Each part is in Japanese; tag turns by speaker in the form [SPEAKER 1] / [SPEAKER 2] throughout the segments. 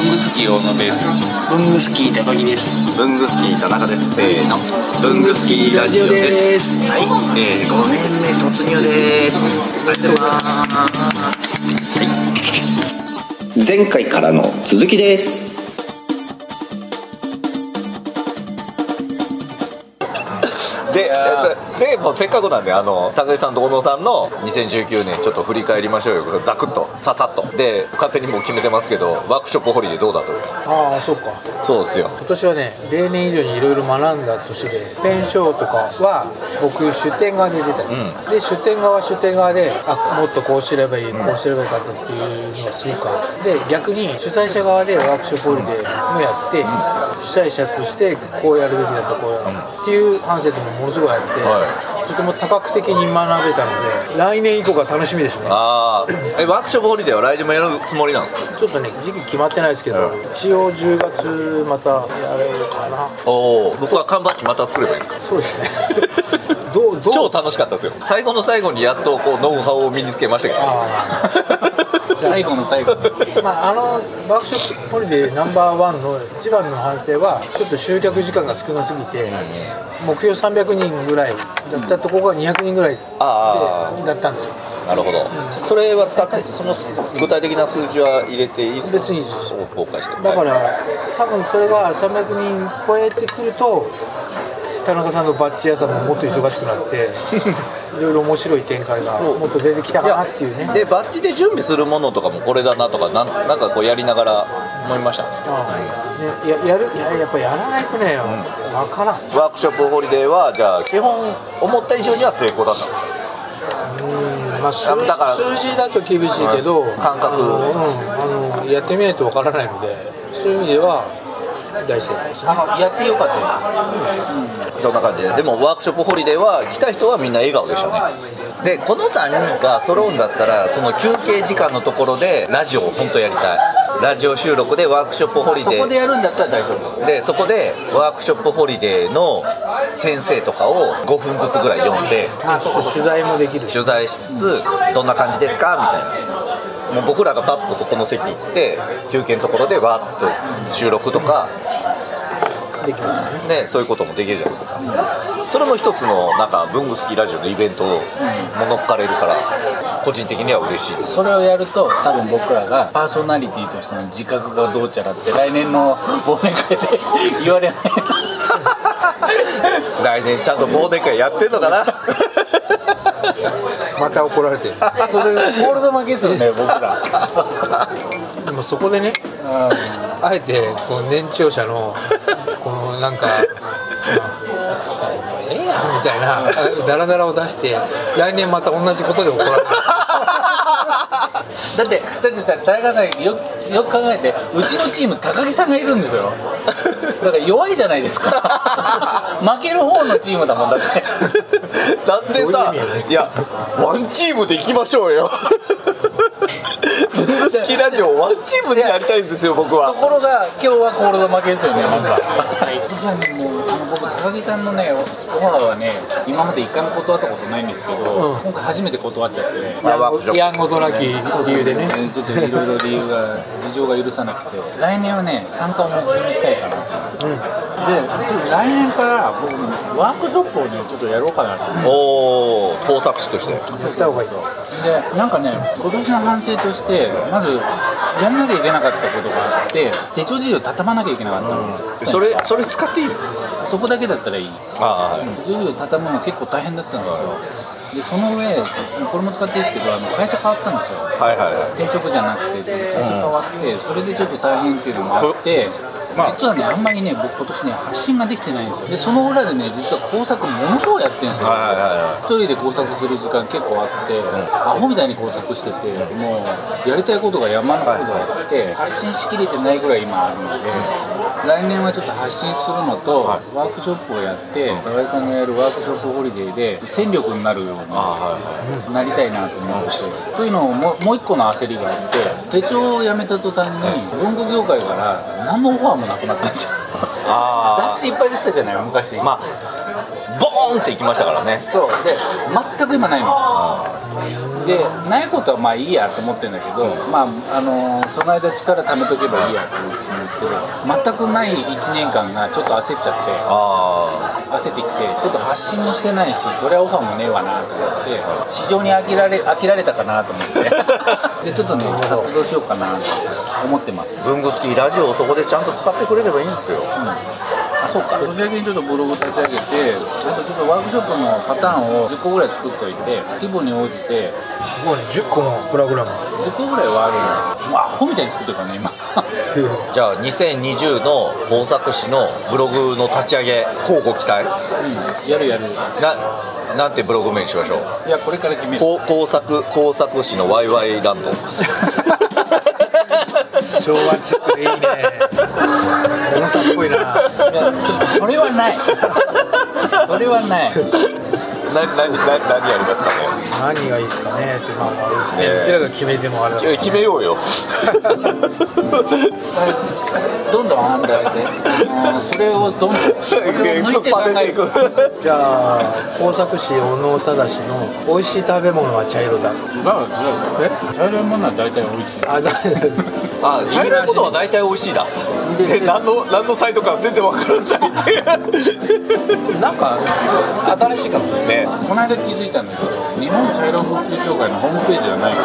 [SPEAKER 1] ングスキー大野です
[SPEAKER 2] 文具スキー高木です。
[SPEAKER 3] ブングスキー田中です。せーの。ブングスキーラジオです。
[SPEAKER 2] す。
[SPEAKER 3] はい。えー、五年目突入です。ありがとうございます。前回からの続きです。
[SPEAKER 4] ででもうせっかくなんであの高井さんと小野さんの2019年ちょっと振り返りましょうよざくっとささっとで勝手にもう決めてますけどワークショップホリデーどうだったんですか
[SPEAKER 5] ああそうか
[SPEAKER 4] そうですよ
[SPEAKER 5] 今年はね例年以上にいろいろ学んだ年でペンショーとかは僕出店側に出たんですか、で出店側は出店側であもっとこうすればいいこうすればよかったっていうのがすごくあってで逆に主催者側でワークショップホリデーもやって、主催者としてこうやるべきだとこうやる、っていう反省点もものすごいあって、
[SPEAKER 4] は
[SPEAKER 5] とても多角的に学べたので来年以降が楽しみですね
[SPEAKER 4] ああえワークショップホリデーは来年もやるつもりなんですか
[SPEAKER 5] ちょっとね時期決まってないですけど、一応10月またやれるかな
[SPEAKER 4] おお僕は缶バッジまた作ればいいですか
[SPEAKER 5] そうですね。どうどう
[SPEAKER 4] 超楽しかったですよ最後の最後にやっとこうノウハウを身につけましたけど
[SPEAKER 5] あ
[SPEAKER 1] 最後の最後
[SPEAKER 5] ーまああのワークショップホリデーナンバーワンの一番の反省はちょっと集客時間が少なすぎて、目標300人ぐらいだったところが200人ぐらいで
[SPEAKER 4] あ
[SPEAKER 5] だったんですよ。
[SPEAKER 4] なるほどそれは使ってその具体的な数字は入れていいですか
[SPEAKER 5] 別にいいです
[SPEAKER 4] お公開して
[SPEAKER 5] だから、
[SPEAKER 4] はい
[SPEAKER 5] 多分それが300人超えてくると田中さんのバッジ屋さんももっと忙しくなって いろいろ面白い展開がもっと出てきたかなっていうね。
[SPEAKER 4] でバッジで準備するものとかもこれだなとかなんなんかこうやりながら思いましたね
[SPEAKER 5] うんね、ややるいややっぱやらないとね、わからん
[SPEAKER 4] ワークショップホリデーはじゃあ基本思った以上には成功だったんですか
[SPEAKER 5] まあ、数
[SPEAKER 4] だから
[SPEAKER 5] 数字だと厳しいけど、
[SPEAKER 4] うん感覚
[SPEAKER 5] あの、うんあのやってみないとわからないのでそういう意味では大成功ですね
[SPEAKER 1] あやってよかったで
[SPEAKER 4] そんな感じででもワークショップホリデーは来た人はみんな笑顔でしたねでこの3人が揃うんだったらその休憩時間のところでラジオを本当やりたいラジオ収録でワークショップホリ
[SPEAKER 1] すそ
[SPEAKER 4] デ
[SPEAKER 1] こ
[SPEAKER 4] ー
[SPEAKER 1] でやるんだったら大丈夫
[SPEAKER 4] でそこでワークショップホリデーの先生とかを5分ずつぐらい読んで
[SPEAKER 5] まあ取取材もできるし
[SPEAKER 4] 取材しつつどんな感じですかみたいなもう僕らがパッとそこの席行って休憩のところでわーっと収録とか、
[SPEAKER 5] できるしね
[SPEAKER 4] ね、そういうこともできるじゃないですかそれも一つのなんか文具好きラジオのイベントも乗っかれるから個人的には嬉しいです
[SPEAKER 1] それをやると多分僕らがパーソナリティとしての自覚がどうちゃらって来年の忘年会で言われない
[SPEAKER 4] 来年ちゃんと忘年会やってんのかな
[SPEAKER 5] また怒られてる
[SPEAKER 1] それゴールド負けですよね僕ら
[SPEAKER 5] でもそこでねあえてこの年長者のこのなんかまあもうええやんみたいなあダラダラを出して来年また同じことで怒られる
[SPEAKER 1] だってだってさ田中さんよよく考えてうちのチーム高木さんがいるんですよだから弱いじゃないです か負ける方のチームだもんだって
[SPEAKER 4] なんでさいやワンチームで行きましょうよ文具好きラジオワンチームになりたいんですよ僕
[SPEAKER 1] と
[SPEAKER 4] は
[SPEAKER 1] ころが今日はコールド負けですよねなんか実はねもうあの僕高木さんのねオファーはね今まで一回も断ったことないんですけど、今回初めて断っちゃって
[SPEAKER 4] まあワークショップ
[SPEAKER 5] やんごとなき理由でね
[SPEAKER 1] えーちょっといろいろ理由が事情が許さなくて来年はね参加を目標にしたいかなと思ってます、で来年から僕ワークショップをねちょっとやろうかなと思って
[SPEAKER 4] おお工作師として
[SPEAKER 5] 言った方がいいよ
[SPEAKER 1] でなんかね今年の反省としてまずやんなきゃいけなかったことがあって手帳事業畳まなきゃいけなかったの、
[SPEAKER 4] それそれ使っていいです
[SPEAKER 1] そこだけだったらいい
[SPEAKER 4] ああ、はい、
[SPEAKER 1] 手帳事業畳むの結構大変だったんですよでその上これも使っていいですけどあの会社変わったんですよ
[SPEAKER 4] はいはいはい
[SPEAKER 1] 転職じゃなくて会社変わって、それでちょっと大変っていうのもあって、実はねあんまりね僕今年ね発信ができてないんですよでその裏でね実は工作ものすごいやってるんですよ、
[SPEAKER 4] はいはいはい
[SPEAKER 1] 一人で工作する時間結構あって、アホみたいに工作しててもうやりたいことが山のほどあって、発信しきれてないぐらい今あるので、来年はちょっと発信するのと、ワークショップをやって高井さんがやるワークショップホリデーで戦力になるようになりたいなと思ってて、というのをもうもう一個の焦りがあって手帳を辞めた途端に文具業界から何のオファーもなくなったんですよ
[SPEAKER 4] あ
[SPEAKER 1] 雑誌いっぱい出てたじゃない昔
[SPEAKER 4] あまあボーンっていきましたからね
[SPEAKER 1] そうで全く今ないのでないことはまあいいやと思ってるんだけど、まああのーその間力貯めとけばいいやと思ってるんですけど全くない1年間がちょっと焦っちゃって
[SPEAKER 4] あ
[SPEAKER 1] 焦ってきてちょっと発信もしてないしそれはオファーもねえわなと思って市場に飽きられ飽きられたかなと思ってでちょっとね活動しようかなと思ってます、
[SPEAKER 4] あ文具好きラジオをそこでちゃんと使ってくれればいいんですよ
[SPEAKER 1] うんあそうか年明けにちょっとブログ立ち上げてあとちょっとワークショップのパターンを10個ぐらい作っといて規模に応じて
[SPEAKER 5] すごいね10個もプログ ラム
[SPEAKER 1] 10個ぐらいはあるのもうアホみたいに作ってるからね今
[SPEAKER 4] じゃあ2020の工作師のブログの立ち上げ交互期待
[SPEAKER 1] うんやるやる
[SPEAKER 4] ななんてブログ名にしましょう
[SPEAKER 1] いやこれから決める
[SPEAKER 4] 工工作工作師のワイワイランド
[SPEAKER 5] 昭和チックでいいね大阪っぽいない
[SPEAKER 1] やそれはないそれはない
[SPEAKER 4] な何何何やりますかね
[SPEAKER 5] 何がいいですかねってまあまあ、ね
[SPEAKER 4] ねえ
[SPEAKER 5] うちらが決めてもあれだ
[SPEAKER 4] き決めよ うよ
[SPEAKER 1] どんどん判断して、うんそれをどんどんそれを抜いて考
[SPEAKER 4] 突っ張
[SPEAKER 1] え
[SPEAKER 4] ねて
[SPEAKER 1] る
[SPEAKER 4] いく
[SPEAKER 5] じゃあ工作師小野忠の「美味しい食べ物は茶色だ」え
[SPEAKER 1] 茶色いものは大体美味しい
[SPEAKER 5] あだ
[SPEAKER 4] あ茶色いことは大体美味しいだで 何の何のサイトか全然わからないって
[SPEAKER 5] なんか新しいかも
[SPEAKER 4] ね
[SPEAKER 1] この間気づいたんだけど日本茶色復旧協会のホームページはないか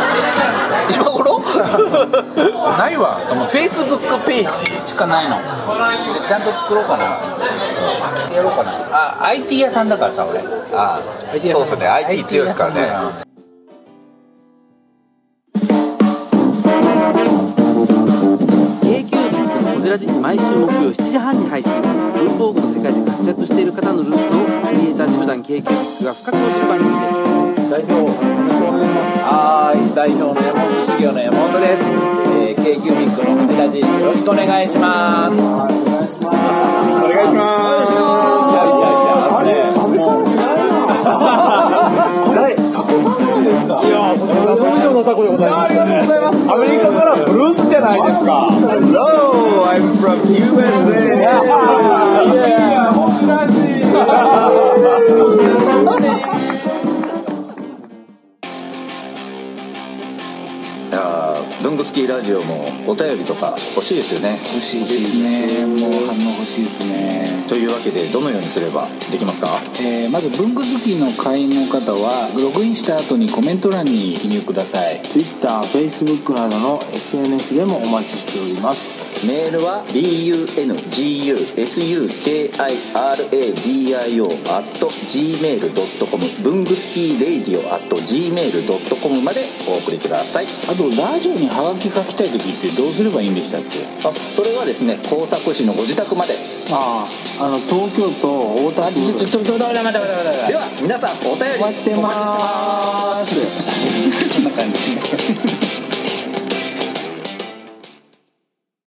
[SPEAKER 4] 今 頃フ
[SPEAKER 1] らないわと思って
[SPEAKER 4] ェイスブックページ
[SPEAKER 1] しかないのでちゃんと作ろうかなと思ってやろうかなあ IT 屋さんだからさ俺
[SPEAKER 4] あそうですね IT 強いですからね
[SPEAKER 1] ね
[SPEAKER 6] こじらじ毎週木曜7時半に配信文房具の世界で活躍している方のルーツをクリエイター集団 k q b i c が深く掘る番組です
[SPEAKER 7] 代表よろしくお願いしますはい代表の山本修行の山本です、えー、k q b i c の藤田寺よろしくお願いしますお願いしますいやいやいやあれもう誰タコさんなんですかいやこちらの以上のタコでございますありがとうございますアメリカからブルースじゃないですか Hello I'm from USA いや僕ら
[SPEAKER 3] いやー文具スキーラジオもお便りとか欲しいですよね
[SPEAKER 1] 欲しいですねもう反応欲しいですね
[SPEAKER 3] というわけでどのようにすればできますか
[SPEAKER 1] えーまず文具好きの会員の方はログインした後にコメント欄に記入ください
[SPEAKER 7] TwitterFacebook などの SNS でもお待ちしております
[SPEAKER 3] メールは bungusukiradio.gmail.com 文具スキーレイディオ at gmail.com までお送りください
[SPEAKER 1] あとラジオにハガキ書きたい時ってどうすればいいんでしたっけ
[SPEAKER 3] あそれはですね工作師のご自宅まで
[SPEAKER 7] あああの東京都大田区
[SPEAKER 1] ちょっと待って待って待って待って
[SPEAKER 3] では皆さんお便り
[SPEAKER 7] お待ちしてます
[SPEAKER 3] こんな感じですね